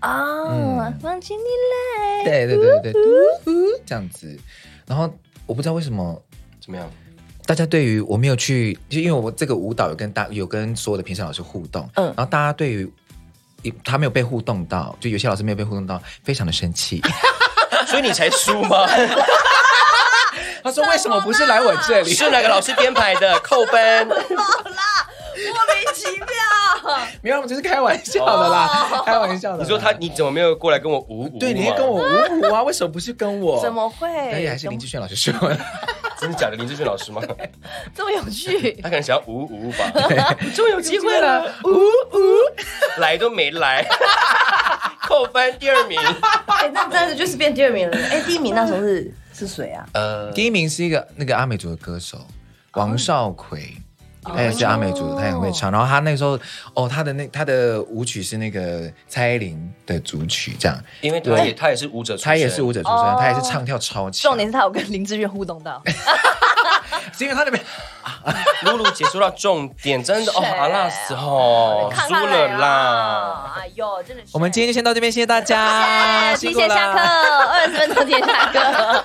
嗯啊，忘记你来。对对对对对，这样子。然后我不知道为什么怎么样？大家对于我没有去，就因为我这个舞蹈有跟大有跟所有的评审老师互动，嗯然后大家对于他没有被互动到，就有些老师没有被互动到，非常的生 (laughs) 气。所以你才输吗？他说为什么不是来我这里？是哪个老师编排的？扣分。莫名其妙。没有，我们只是开玩笑的哦啦，开玩笑的啦。你说他，你啊怎么没有过来跟我五五？对，你会跟我，五五啊？为什么不是跟我？怎么会？而且还是林志炫老师说的。 (laughs) 真的假的？林志炫老师吗？这么有趣 (laughs) 他？可能想要五五吧。终于有机会了，五五，来都没来， (laughs) 扣分第二名。哎、那真的就是变第二名了。哎、第一名那时候是是谁啊？呃，第一名是一个那个阿美族的歌哦手王少奎。他也是阿美族的，他也会唱。然后他那时候，哦，他的那他的舞曲是那个蔡依林的主曲，这样。因为他也他也是舞者，他也是舞者。者出身，哦他也是唱跳超强。重点是他有跟林志炫互动到，是因为他那边露露解说到重点，真的哦，是阿拉斯哦，看输看了来哦啦。啊！哎呦，真的是。哎我们今天就先到这边，谢谢大家，提辛苦前下课，啦。二十分钟提前下 (laughs) 课。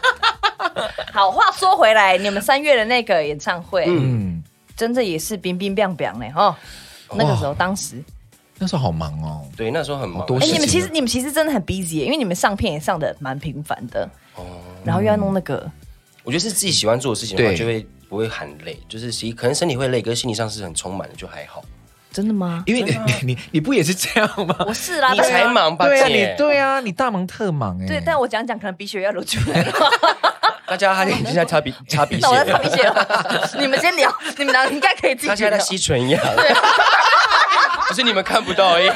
好，话说回来，你们三月的那个演唱会，嗯，真的也是冰冰冰冰嘞哈。那个哦时候，当时，那时候好忙哦，对，那时候很忙好，多哎、事你们其情实你们其实真的很 busy，耶因为你们上片也上的蛮频繁的，哦然后又要弄那个，我觉得是自己喜欢做的事情的话，对就会不会喊累，就是其可能身体会累，可是心理上是很充满的，就还好。真的吗？因为你你你你不也是这样吗？我是啦，你才嗯当然忙吧， (laughs) 对啊，姐你对啊，你大忙特忙哎。对，但我讲讲可能鼻血要流出 (laughs) 来了，大家他现在擦 (laughs) 鼻擦鼻血那我在擦鼻血了。 (laughs) 你们先聊，你们俩应该可以自他己现聊在在。 (laughs) 吸唇牙，只是你们 (laughs) 看不到 (laughs) 而已。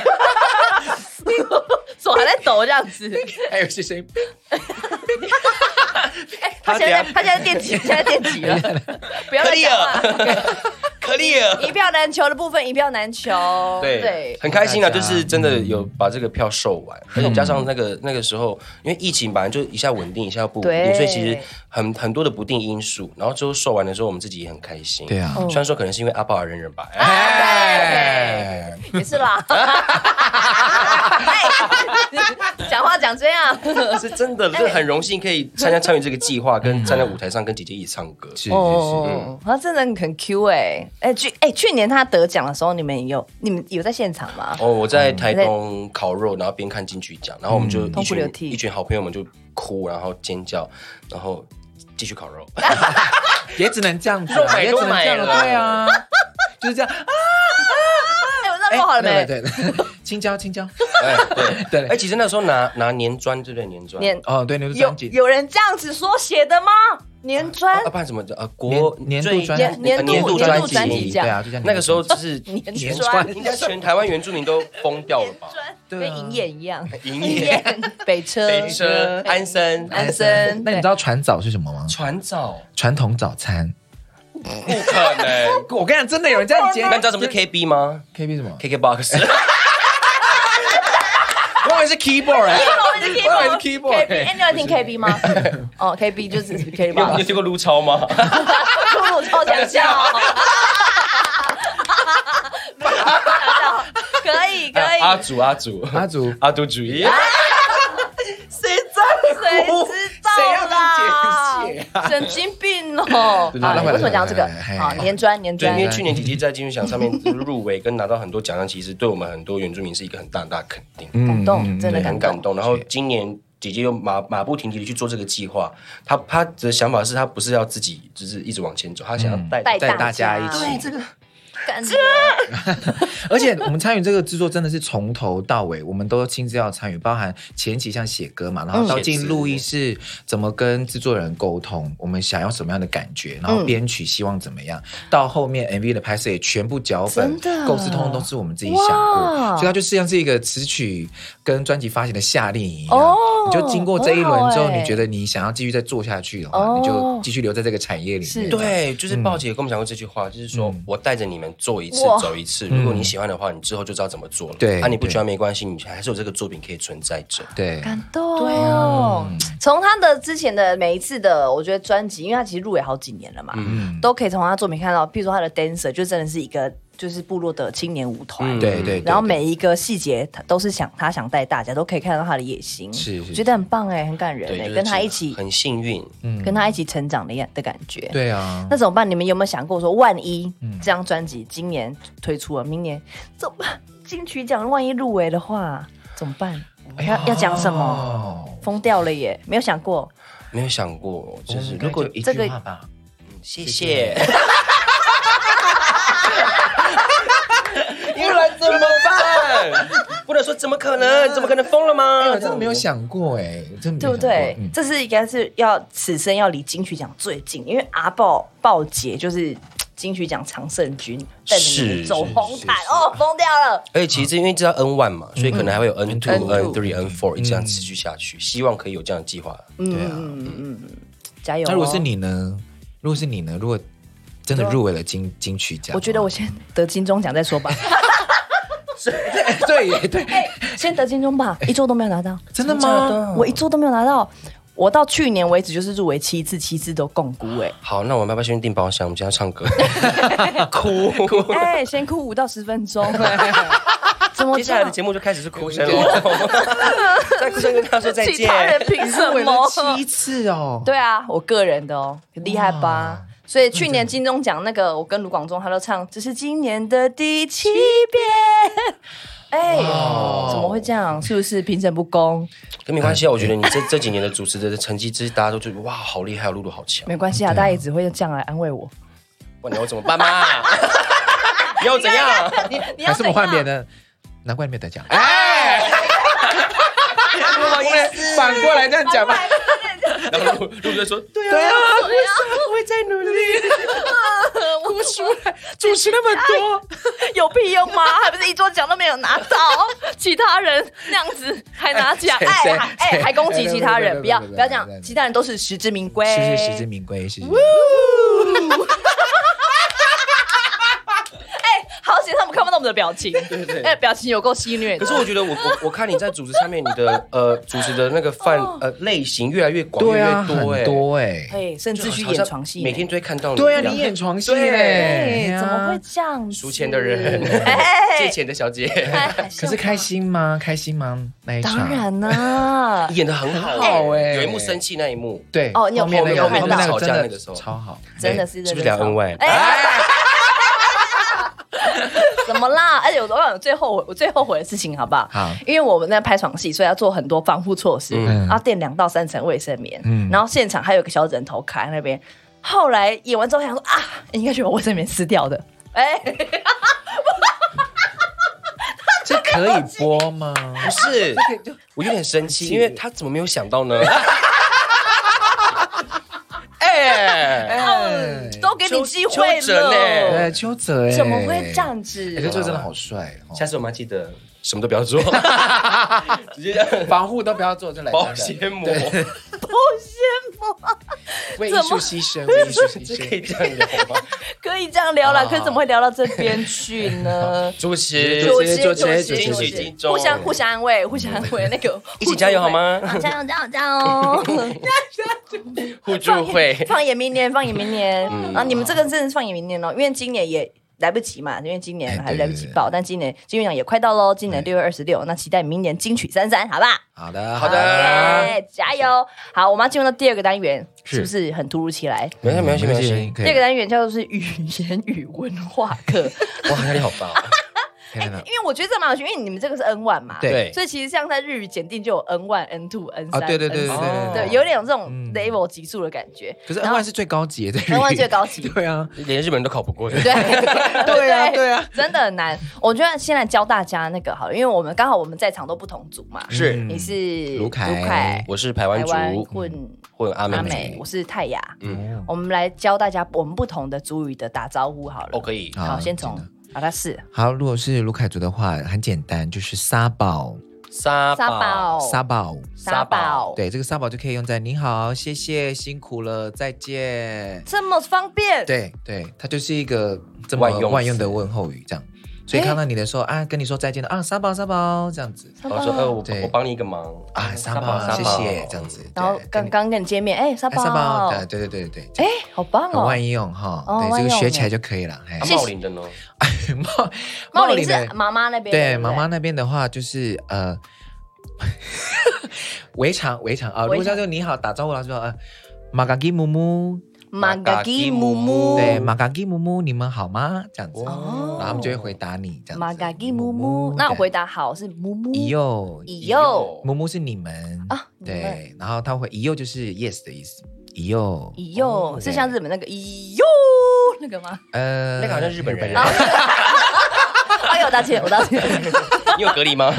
手还在抖这样 (laughs) 子，还有一些声音，哎他现在他现在 (laughs) 电击，现在电击了，不要再讲话。可丽尔， (laughs) 一票难求的部分，一票难求。 (laughs) 对，很开心啊，大就家嗯是真的有把这个票售完，而且加上那个那个时候，因为疫情本来就一下稳定，一下不稳对定，所以其实很很多的不定因素。然后之后售完的时候，我们自己也很开心。对啊哦虽然说可能是因为阿爸人人吧，啊哎，也是啦。 (laughs) 哎 (laughs) 讲话讲这样，是真的，就是很荣幸可以参加参与这个计划，跟站在舞台上跟姐姐一起唱歌。嗯是是嗯是，哦，他真的很 Q 哎哎去哎，去年他得奖的时候，你们有你们有在现场吗？哦，我嗯在台东烤肉，然后边看金曲奖，然后我们就一痛哭流群涕一群好朋友们就哭，然后尖叫，然后继续 (laughs) 烤肉。哎也只能这样子肉啊，买也都只能这买样了了，对啊，就是这样。哎，我那弄好了没？对，对对青椒青椒，哎，对对哎，其实那时候拿拿年砖，对不对？年砖，年哦，对，牛肉有专辑，有人这样子说写的吗？年哦专啊，不然什么的，呃，国年年度最专年年度年度年专度辑专辑奖对啊，就这样。那个时候就是 (laughs) 年专专应该全台湾原住民都疯掉了年吧？专对跟啊银眼一样， (laughs) 营银业、眼北车北车、安森、安生，那你知道传早是什么吗？船早，传统早餐。不可能。我跟你讲，真的有人这样接那你知道什么是 KB 吗 K B 什么？ ？KK (laughs) Box。我以为是 keyboard，哎哦我以为是 KB， keyboard，哎，哎你有听 KB 吗？ (laughs) 哦，KB 就是 KB 你有吧你有，听过撸超吗？露露超强 (laughs) 笑。 (laughs) 可以可以，阿祖阿祖啊阿祖啊阿祖主义，谁在 (laughs) 谁 (laughs) 知谁要道当啦姐姐？啊 (laughs) 神经病哦！对对啊，对为什么讲到这个哎哎？好，哎年专年对，专因，为去年姐姐在金曲奖上面 (laughs) 入围跟拿到很多奖项，其实对我们很多原住民是一个很大很大的肯定，感嗯动，真的对，感很动嗯感。动。然后今年姐姐又马马不停蹄的去做这个计划，她她的想法是她不是要自己就是一直往前走，她想要带带带大家一大起。家对这个，感觉而且我们参与这个制作真的是从头到尾，我们都亲自要参与，包含前期像写歌嘛，然嗯后到进录音室怎么跟制作人沟通，我们想要什么样的感觉，嗯然后编曲希望怎么样，到后面 MV 的拍摄也全部脚本真的构思，通通都是我们自己想过，哇所以它就像是一个词曲跟专辑发行的夏令营一样。哦你就经过这一轮之后，很好欸你觉得你想要继续再做下去的话，哦你就继续留在这个产业里是面。对，就是鲍姐跟我们讲过这句话，就是说我带着你们做一次哇，走一次。如果你喜欢的话，你之后就知道怎么做了。对啊，你不喜欢没关系，你还是有这个作品可以存在着。对，啊感动，对哦。从他的之前的每一次的，我觉得专辑，因为他其实入围好几年了嘛，嗯嗯都可以从他作品看到，譬如说他的 dancer 就真的是一个就是部落的青年舞团，嗯对对对，然后对每一个细节，他都是想他想带大家，都可以看到他的野心，是是我觉得很棒哎、很感人对，哎、就是跟他一起，很幸运。跟他一起成长的样的感觉。，嗯对啊，那怎么办？你们有没有想过说，万一嗯这张专辑今年推出了，明年怎么办？金曲奖万一入围的话怎么办？哎要哎要讲什么？哦，疯掉了耶！没有想过，嗯没有想过，就就是是如如果果一一这个句话吧，谢谢， (laughs) 不然怎么办？不能说怎么可能，怎么可能疯了吗？我真的啊没有想过哎，真对的没有不想过对？嗯这是应该是要此生要离金曲奖最近，因为阿豹豹姐就是嘖金曲奖常胜军，带着你们是走是红毯是是哦，疯掉了。而且哎其实因为知道 N one 嘛，所以可能还会有嗯 N two、嗯 N2 N three、N four 一直这样持续下去，希望可以有这样的计划。对啊。加油、哦！那如果是，你呢？如果是你呢？如果真的入围了金金曲奖，哦我觉得我先得金钟奖再说吧， (laughs) 对耶对，先得金钟吧，一座都没有拿到，哎真的吗？我一座都没有拿到。我到去年为止就是入围七次，七次都共估哎、好，那我们要不要先订包厢？我们今天要唱歌， (laughs) 哭哭。哎、先哭五到十分 (laughs) 钟，怎么接下来的讲？节目就开始是哭声了， (laughs) 在哭声跟他说再其见。他人凭什入围么了？七次哦，对啊，我个人的哦，很厉害吧？所以去年金钟奖那个，我跟卢广仲他都唱，这是今年的第七遍。哎、怎么会这样？是不是评审不公？可没关系啊，我觉得你这这几年的主持的成绩，之大家都觉得哇，好厉害，露露好强。没关系啊，大家也只会这样来安慰我。哇，你要我怎么办嘛？你要我怎样？你你还是我们换别的？的？难怪没得奖，哎， (laughs) 不好意思，反过来这样讲吧。然后露露就说，对对啊，我会再 (laughs) 努力，我输了，主持那么多， (laughs) 有屁用吗？还不是一桌奖都没有拿到， (laughs) 其他人那样子 (laughs) 还拿奖，哎哎谁还哎谁还攻击其他人，哎对对对对不要对对不要这样对对，对其他人都是实至名归，是是实至名归，是是。哎，好险他们看不到我们的表情，对对哎，表情有够戏虐的可是我觉得我我我看你在主持上面，你的呃主持的那个范呃类型越来越广，对越来啊，越多很哎，多哎，哎，甚就至去好演像床戏呢，每天都会看到你一对样。啊，你演床戏对嘞哎，，对啊怎么会这样子？输钱的人，哎借钱的小姐，哎 (laughs) 可是开，心吗？开心吗？那一场当然啦， (laughs) (laughs) 演的很好欸好哎有一幕生气那一幕，对哦你有后面那个后面后面那吵个架真的那个时候超好，真的是是不是聊恩外？外？哎，怎么啦？而且我我有最后悔，我最后悔的事情，好不好？好因为我们在拍床戏，所以要做很多防护措施，嗯然后垫两到三层卫生棉，嗯然后现场还有个小枕头卡在那边。后来演完之后，想说啊，应该是把卫生棉撕掉的。哎、这可以播 (laughs) 吗？不是，我有点生气，因为他怎么没有想到呢？哎，哎，都给你机邱会邱哲了，呢哎，邱泽哎，怎么会这？样子？哎，邱泽真的好帅哦，下次我们要记得什么都不要 (laughs) 做，直接这样防护都不要做，就来保鲜膜，为艺术牺牲，为艺术牺 (laughs) 这可以牲。这样聊吗？可以这样聊啦，好可是怎么会聊到这边去呢？ (laughs) 主持，主持就就接就接接就接就接，接就互相互相安慰，互相安慰，那个一起加油好吗互助会啊加油加油加油！互助会， (laughs) 嗯放眼明年，放眼明年。啊，你们这个真的是放眼明年哦，因为今年也来不及嘛，因为今年哎还对来不及报，但今年金曲奖也快到喽，今年六月二十六，那期待明年金曲三三，好吧？好的，好的耶加油！好，我们要进入到第二个单元，是是不是很突如其来？没关系，没关系，没关系。可第二以个。单元叫做是语言与文化课， (laughs) 哇，压力好大哦。可以看到因为我觉得这蛮有趣，因为你们这个是 N one 嘛，哎对对，所以其实像在日语检定就有 N one、N two、N 啊，三，对对对对哦对，对哎有点有这种嗯 level 级数的感觉。可是然 N 后 Y 是最高级的 N1 最高级 (laughs) 对啊，连日本人都考不过。对对啊对啊，真的很难。我觉得先来教大家那个好了，因为我们刚好我们在场都不同组嘛，是嗯你是卢凯我是台台湾湾族混混阿阿美美，族。我是泰雅。嗯，我们来教大家我们不同的族语的打招呼好了。哦，可以。好好，先真从的好，他是好，如果是卢凯族的话，很简单，就是沙宝沙沙宝，宝沙宝。沙宝，对，这个沙宝就可以用在你好，谢谢，辛苦了，再见。这么方便，对对，它就是一个这么万用词万用的问候语，这样。所以看到你的时候啊，跟你说再见的啊，沙宝沙宝这样子沙我宝说，呃，我对我帮你一个忙哎啊，沙宝宝沙谢宝谢这样子。哦然后对刚刚跟你见面，哎，沙哎沙宝，宝，对对对对对，哎，好棒很哦！万用哈，哦对，这万个用学起来就可以了。哎 (laughs) 啊谢谢茂林的呢？茂茂林林的是妈妈那边的，对不妈妈那边的话，就是呃，围场围场啊，如围果场叫做你好打招呼，他说呃，马嘎吉姆姆，玛嘎基姆姆，对，马嘎吉姆姆，你们好吗？这样子，然哦后他们就会回答你这样子。玛嘎基姆姆。那我回答好是姆姆，以右以右，右姆姆是你们啊你们对，然后他会以右就是 yes 的意思，以右以右哦对是像日本那个以右那个 (laughs) 吗？呃，那个好像日本人啊哎呦，我道歉，我道 (laughs) 歉，你有隔离吗？ (laughs)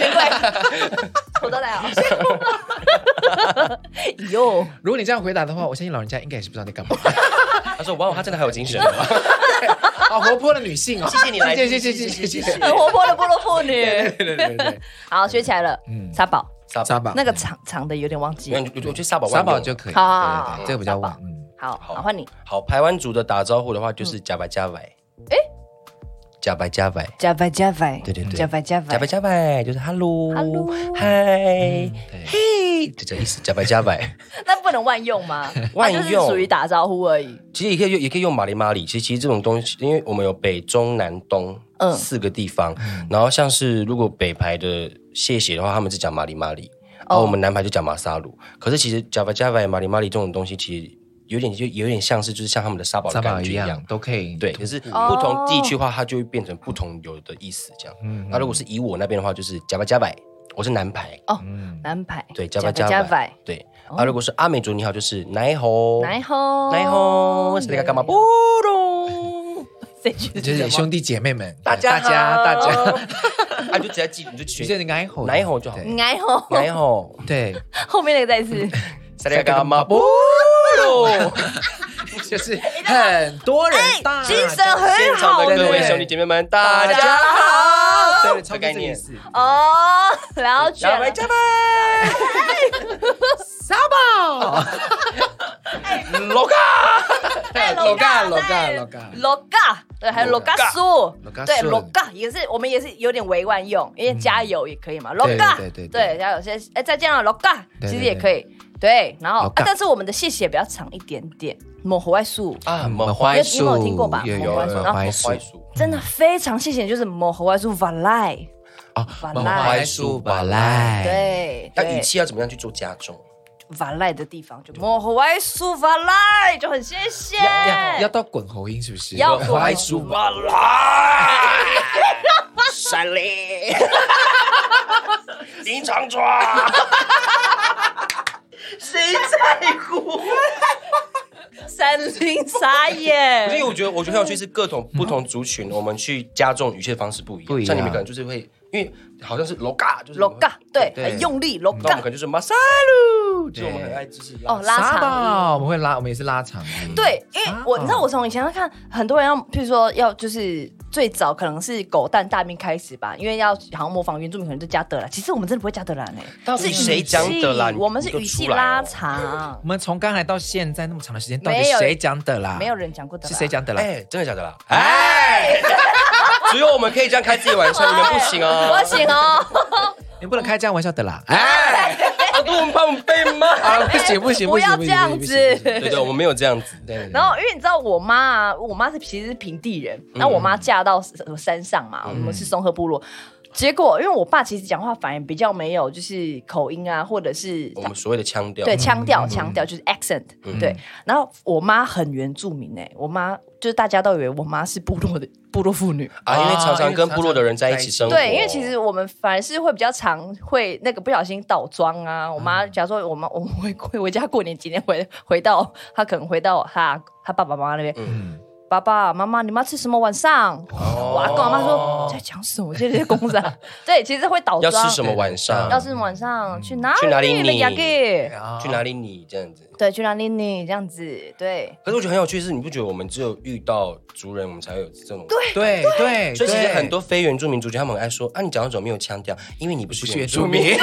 没关系，我都 (laughs) 来好。以右，如果你这样回答的话，我相信老人家应该也是不知道在干嘛。他说，哇，他真的很有精 (laughs) 神。好活泼的女性哦，谢谢你来谢谢谢谢谢谢谢谢。很活泼的部落妇女。对对对对， (laughs) 好，学起来了。嗯沙宝沙沙宝，宝那个长长的有点忘记没有了。我觉得我觉得沙宝万沙用宝就可以，好好好对对对，这个比较晚沙。嗯，好，好好换你，好，台湾族的打招呼的话就是加白加白，诶加白加白，加白加白，对对对嗯加白加加白白，加白就是 Hello hello，嗨嗯对嘿，就这意思，加白加白。那不能万用 (laughs) 吗？万用它就是属于打招呼而已。其实也可以用，也可以用马里马里。其实其实这种东西，因为我们有北中南东嗯四个地方，然后像是如果北排的谢谢的话，他们是讲马里马里，然后我们南排就讲马萨鲁。可是其实加白加白马里马里这种东西，其实有点就有点像是就是像他们的沙堡沙的宝感觉一一样样。都可以，对，可是不同地区的话，它就会变成不同有的意思这样。那如果是以我那边的话，就是加白加白，我是南排，嗯，南牌对，加白加加白白，，对。啊，如果是阿美族你好，就是奈吼奶吼奈吼，是那个干嘛？不懂。这句就是是什么兄弟姐妹们，大家大家大家，家， (laughs) 啊，你就直接记，你就就是学你挨吼挨吼就好对奶吼，嗯奶吼，对，后面那个再一次，塞雷嘎 (laughs) 嘛不喽，哎就是很多人大精神很现场好的对各对位对兄弟姐妹们，大大家家好对，差的不多概这个意念。思。哦，了解加白了。加白，沙哦 (laughs) 宝，罗嘎，哎老干老老干干老干，罗嘎，对，还有罗嘎素罗嘎，对，素罗嘎也是我们也是有点委婉用，因为加油也可以嘛，罗嗯对嘎，对对对对，加油，现在哎再见了，罗嘎，对对其实也可以，对，然后罗啊嘎但是我们的谢谢比较长一点点，抹活外素啊，猛你欢有你有听过吧有有有有有有然后槐树欢叔，真的非常谢谢，就是抹活外素瓦赖，哦，瓦猛赖槐树巴赖，，对，那对语气要怎么样去做加重？瓦赖的地方就抹活外素瓦赖，就很谢谢，要要到滚喉音是不是？要滚槐树哇啦，山林，林长抓，三零傻眼因，为我觉得，我觉得很有趣是各种不同族群，我们去加重语气的方式不一不一样。像样你们可能就是会，因为好像是罗嘎，就是罗嘎，对，对很用力罗那我嘎们可，能就是马萨鲁，就是我们很爱就是拉哦，拉沙长音。宝，我们会拉，我们也是拉长音。对，因为我你知道，我从以前看很多人要，譬如说要就是最早可能是狗蛋大兵开始吧，因为要好像模仿原住民，可能就加德兰。其实我们真的不会加德兰诶、到底谁讲德兰是语气我们是你都语气出来哦拉长我，们从刚才到现在那么长的时间，到底没有谁讲的啦？没有人讲过德是兰。谁？讲的啦？哎，真的假的啦？哎，只有我们可以 (laughs) 这样开自己玩笑，你们不行哦。不行哦，你不能开这样玩笑的啦！哎，啊角度，我们怕我们被 (laughs) 骂。啊，不行不行不行要不这行样不行不行子。 (laughs) 对对，我们没有这样子。对然后，因为你知道我妈啊，我妈是其实是平地人，然后我嗯妈嫁到山上嘛，我们是松鹤部落。结果，因为我爸其实讲话反而比较没有就是口音啊，或者是我们所谓的腔调，嗯对腔调腔调就是 accent 对。然后我妈很原住民哎，我妈就是大家都以为我妈是部落的部落妇女，啊，因为常常跟部落的人在一起生活。对，因为其实我们反而是会比较常会那个不小心倒装啊。我妈，嗯假如说我妈我们回回回家过年几天回回到她可能回到她她爸爸妈妈那边，嗯爸爸妈妈你们要吃什么晚上？哦我阿公阿妈说在讲什么？我现在在工 (laughs) 厂。对，其实会倒要装吃什么晚上要吃什么晚上去哪去哪里哎你们你雅给啊去哪里你这样子。对去哪里你这样子对。可是我觉得很有趣的是，你不觉得我们只有遇到族人，我们才会有这种对对对，所以其实对很多非原住民族群，他们很爱说啊，你讲那种没有腔调，因为你不是原住不是 (laughs) 民原。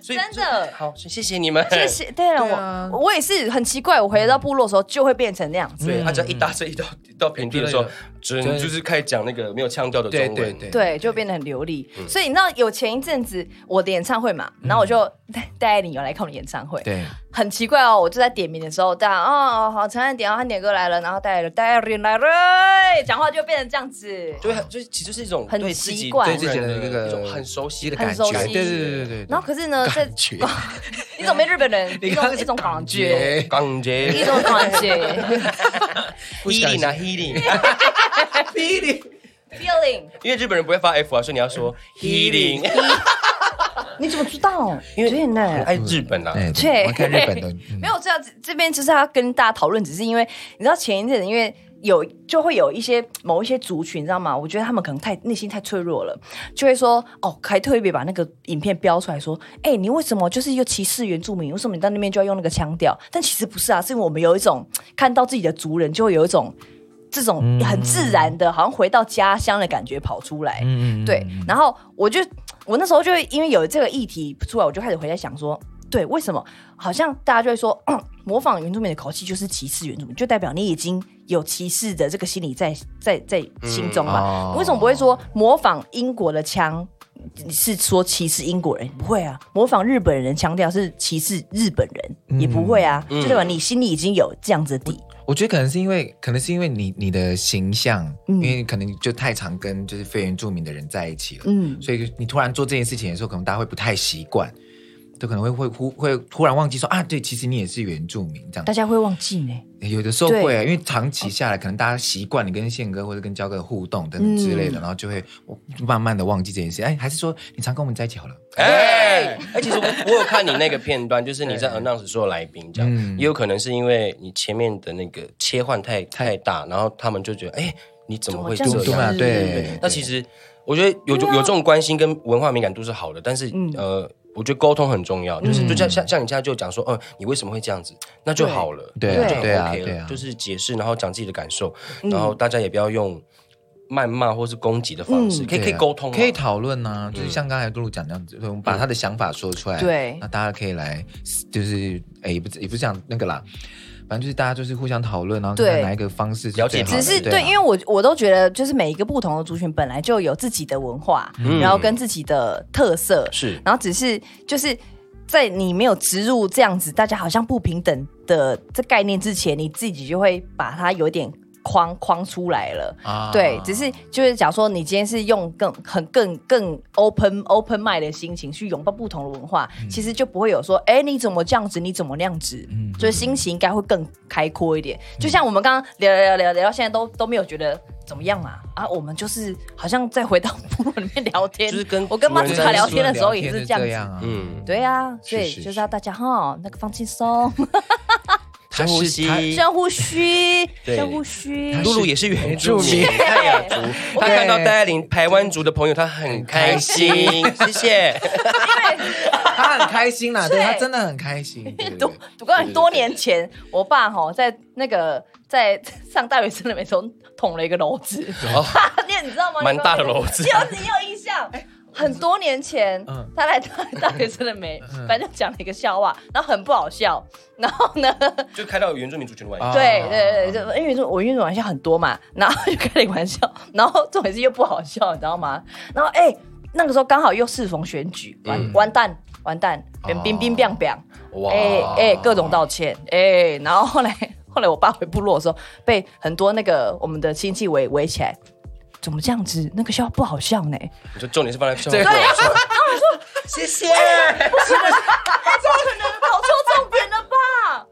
所以真的好，谢谢你们。谢。谢。对对啊了，我我也是很奇怪，我回到部落的时候就会变成那样子。对他只要一搭车一到到平地的时候嗯对，准就是开始讲那个没有腔调的中对文。对对嗯对，就变得很流利。所以你知道，有前一阵子我的演唱会嘛，然后我就带你有来看我的演唱会，对，很奇怪哦，我就在点名的时候，大家哦好，陈汉典，哦汉典哥来了，然后带了带人来了，哎讲话就变成这样子。对，就是其实是一种很对自己奇怪对自己的那那个一种很熟悉的的感感很觉熟，对悉对对对对。然后可是呢，这 (laughs) 觉一种没日本人，一 (laughs) 你刚种刚一种感觉，觉，感一 (laughs) 觉。种感觉 healing 啊 healing， ，feeling。因为日本人不会发 F 啊，所以你要 (laughs) 说 healing。你怎么知道？因为很呢，爱日本啊，对，对我们看日本的，嗯没有，这样子这边就是要跟大家讨论，只是因为你知道前一阵子因为。有就会有一些某一些族群，你知道吗？我觉得他们可能太内心太脆弱了，就会说哦，还特别把那个影片标出来说，哎、你为什么就是又歧视原住民？为什么你到那边就要用那个腔调？但其实不是啊，是因为我们有一种看到自己的族人，就会有一种这种很自然的，好像回到家乡的感觉跑出来。嗯嗯，嗯对，然后我就我那时候就会因为有这个议题出来，我就开始回来想说，对，为什么好像大家就会说、 (clears throat) 嗯模仿原住民的口气就是歧视原住民，就代表你已经有歧视的这个心理在在在心中嘛？嗯哦你为什么不会说模仿英国的腔？你是说歧视英国人？不会啊，模仿日本人腔调是歧视日本人，嗯也不会啊，就代表你心里已经有这样子的底。我觉得可能是因为，可能是因为你你的形象，因为可能就太常跟就是非原住民的人在一起了，嗯所以你突然做这件事情的时候，可能大家会不太习惯，就可能会会忽会突然忘记说啊，对，其实你也是原住民这样大。家会忘记呢、有的时候会，啊对因为长期下来，可能大家习惯你跟宪哥或者跟焦哥的互动等等之类嗯的，然后就会慢慢的忘记这件事。哎，还是说你常跟我们在一起好了？哎，哎，其实我我有看你那个片段， (laughs) 就是你在哎 announce 所有来宾这嗯样，也有可能是因为你前面的那个切换太太大，然后他们就觉得，哎，你怎么会这怎么这对样啊样啊，是对。那其实我觉得有有这种关心跟文化敏感度是好的，但是嗯呃，我觉得沟通很重要，嗯就是就像像像你现在就讲说，嗯，你为什么会这样子，那就好了，对那就很对啊 OK 对了啊，就是解释，然后讲自己的感受，嗯然后大家也不要用谩骂或是攻击的方嗯式，可以可以对啊沟通啊，可以讨论呐，就是像刚才露露讲那样子，我们把他的想法说出来，对那大家可以来，就是哎，也不是也不是讲那个啦，反正就是大家就是互相讨论，然后对看哪一个方式是了解最好只的是对对，啊因为我我都觉得，就是每一个不同的族群本来就有自己的文化，嗯然后跟自己的特色，是然后只是就是在你没有植入这样子大家好像不平等的这概念之前，你自己就会把它有点框框出来了。啊对，只是就是，假如说你今天是用更很更更 open open mind 的心情去拥抱不同的文化，其实就不会有说，哎，你怎么这样子，你怎么那样子，所以心情应该会更开阔一点。就像我们刚刚聊聊聊聊到现在都都没有觉得。怎么样嘛？啊，我们就是好像再回到部落里面聊天，就是跟我跟马主祖人在卡聊天的时候也是是这样子，啊，嗯，对啊，所以是就是要大家哈，那个放轻松，他深是呼吸，他深呼吸，对深呼吸。他露露也是原住原住民，民泰雅族。 (laughs) 他看到戴琳台湾族的朋友，他很开心， (laughs) 谢谢。 (laughs) 他很开心啦，对对他真的很 (laughs) 开心，对对多对，我告诉你，多年前我爸哈在那个在上大学生的美中捅了一个篓子，哦 (laughs) 你你知道吗？蛮大的篓子哎你有你有印象？很多年前嗯，他来大 (laughs) 大学生的美，嗯反正讲了一个笑话，然后很不好笑，然后呢，就开到原住民族群的玩笑。啊对对对，就因为说我运动玩笑很多嘛，然后就开了一个玩笑，然后重点是又不好笑，你知道吗？然后哎、那个时候刚好又适逢选举，完、完蛋完蛋，哦冰冰冰冰，哇哎哎，各种道歉，哎，然后后来后来我爸回部落的时候，被很多那个我们的亲戚围围起来。怎么这样子？那个笑话不好笑呢。你说重点是放在笑这个话我说 (laughs) 谢谢。怎么可能搞错重点了吧？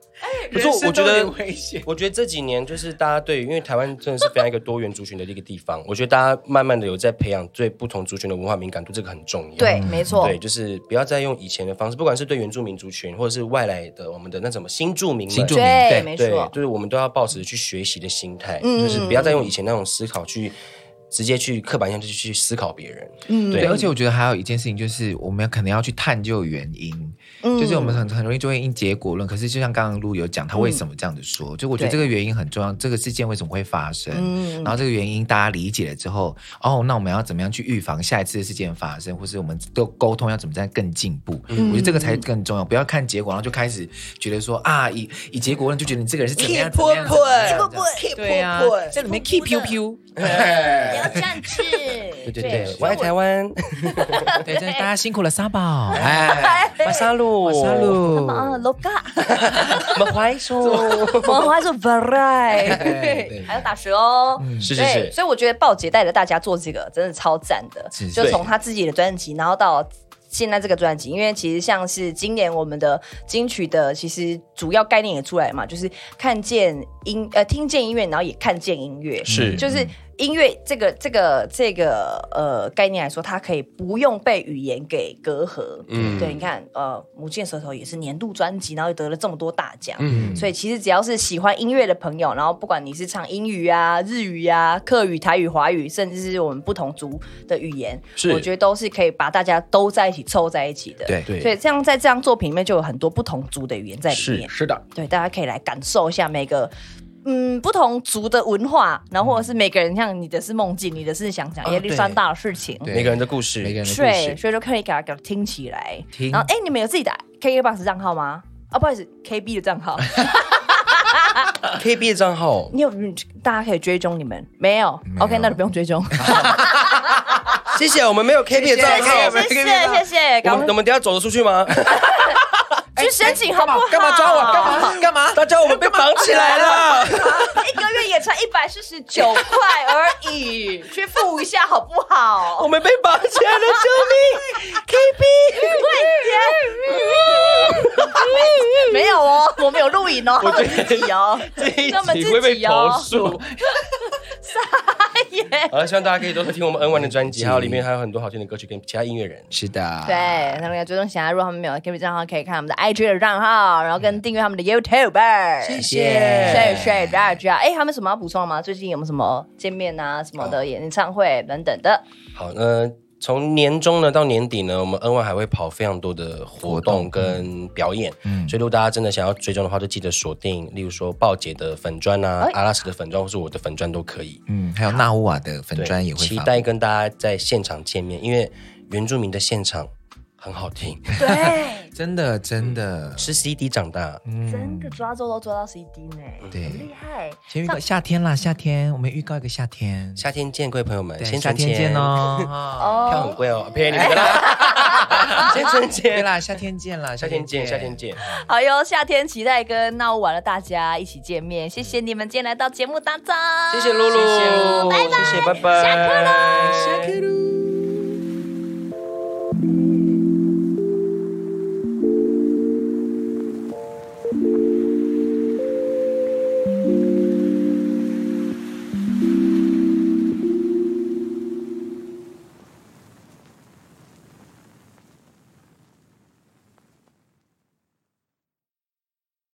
不是，我觉得危险。我觉得这几年就是大家对于，因为台湾真的是非常一个多元族群的一个地方，我觉得大家慢慢的有在培养对不同族群的文化敏感度，这个很重要。对，没错对，，就是不要再用以前的方式，不管是对原住民族群，或者是外来的我们的那什么新住民们，新住民对，对没对错，，嗯就是我们都要抱持去学习的心态，就是不要再用以前那种思考去直接去刻板印象去去思考别人。嗯，对，对，而且我觉得还有一件事情，就是我们可能要去探究原因，嗯就是我们很很容易就会因结果论。可是就像刚刚露有讲，他为什么这样子说？就我觉对得嗯这个原因很重要，这个事件为什么会发生？然后这个原因大家理解了之后，哦，那我们要怎么样去预防下一次的事件发生，或是我们都沟通要怎么样更进步？我觉得这个才更重要，不要看结果，然后就开始觉得说啊，以以结果论就觉得你这个人是怎么样怎么样怎么样怎么样，对啊，在里面 keep you you，不要这样子。对对对，我爱台湾，对，真的大家辛苦了，沙宝，哎， (laughs) 马沙路，马沙，鲁。啊，loga，我们怀说，我们还是 variety，(laughs) 对还要打折哦。嗯是是对，是，所以我觉得鲍姐带着大家做这个真的超赞的是，就从对她自己的专辑，然后到。现在这个专辑，因为其实像是今年我们的金曲的，其实主要概念也出来嘛，就是看见音呃听见音乐，然后也看见音乐，是就是音乐这个这个这个呃概念来说，它可以不用被语言给隔阂。嗯，嗯对，你看呃，《母亲的舌头》也是年度专辑，然后又得了这么多大奖。嗯所以其实只要是喜欢音乐的朋友，然后不管你是唱英语啊、日语啊、客语、台语、华语，甚至是我们不同族的语言，是我觉得都是可以把大家都在一起凑在一起的。对对所以这样在这样作品里面就有很多不同族的语言在里是面。是的，对，大家可以来感受一下每个嗯不同族的文化，然后或者是每个人像你的是梦境，你的是想想啊耶路撒大的事情。对每个人的故事，每个人的故对，事。所以就可以给它给它听起来。听然后，哎、你们有自己的 KKBOX 账号吗？啊、不好意思，KB 的账 (laughs) 号， K B 的账号你有嗯大家可以追踪你们没有 o k 那就不用追 (laughs) 踪。谢谢，我们没有 K B 的账谢谢号，谢谢谢谢，我赶们快我们等一下走得出去吗？去申请好不好？哎干嘛抓我？干嘛？(laughs) 干啊嘛？大家我们被绑起 (laughs) 来了，一个月也才一百四十九块而已，去付一下好不好？我们被绑起来了，救命！K B，没有哦，我们有录影哦，我觉自得己哦， (laughs) 这一集会被投诉。耶，好了，希望大家可以多多听我们 N One 的专辑，还有里面还有很多好听的歌曲跟其他音乐人。是的，对，他们要追踪想要，如果他们没有 K B 账号，可以看他们的 I G 的账号，然后跟订阅他们的 YouTube。谢谢谢谢大家。哎，他们什么要补充吗？最近有没有什么见面啊、什么的演唱会等等的？好，那从年中呢到年底呢，我们 N One 还会跑非常多的活动嗯跟表演，所以如果大家真的想要追踪的话，就记得锁定，例如说鲍姐的粉砖啊哎、阿拉斯的粉砖，或是我的粉砖都可以。嗯，还有纳乌瓦的粉对，砖也会期发待跟大家在现场见面，因为原住民的现场很好听， (laughs) 对，真的真的，是 CD 长大，嗯真的抓周都抓到 CD 呢，对很厉害。先预告夏天啦，夏天我们预告一个夏天，夏天见，各位朋友们，对先夏存天见钱，哦。 (laughs) 哎票哦很，贵哦，骗你们的啦，先存对钱，啦，夏天见啦，夏天见，夏天。见， (laughs) 好哟，夏天期待跟闹玩的大家一起见面，谢谢你们今天来到节目当中，谢谢露露，拜拜谢谢，拜拜，下课喽下课喽。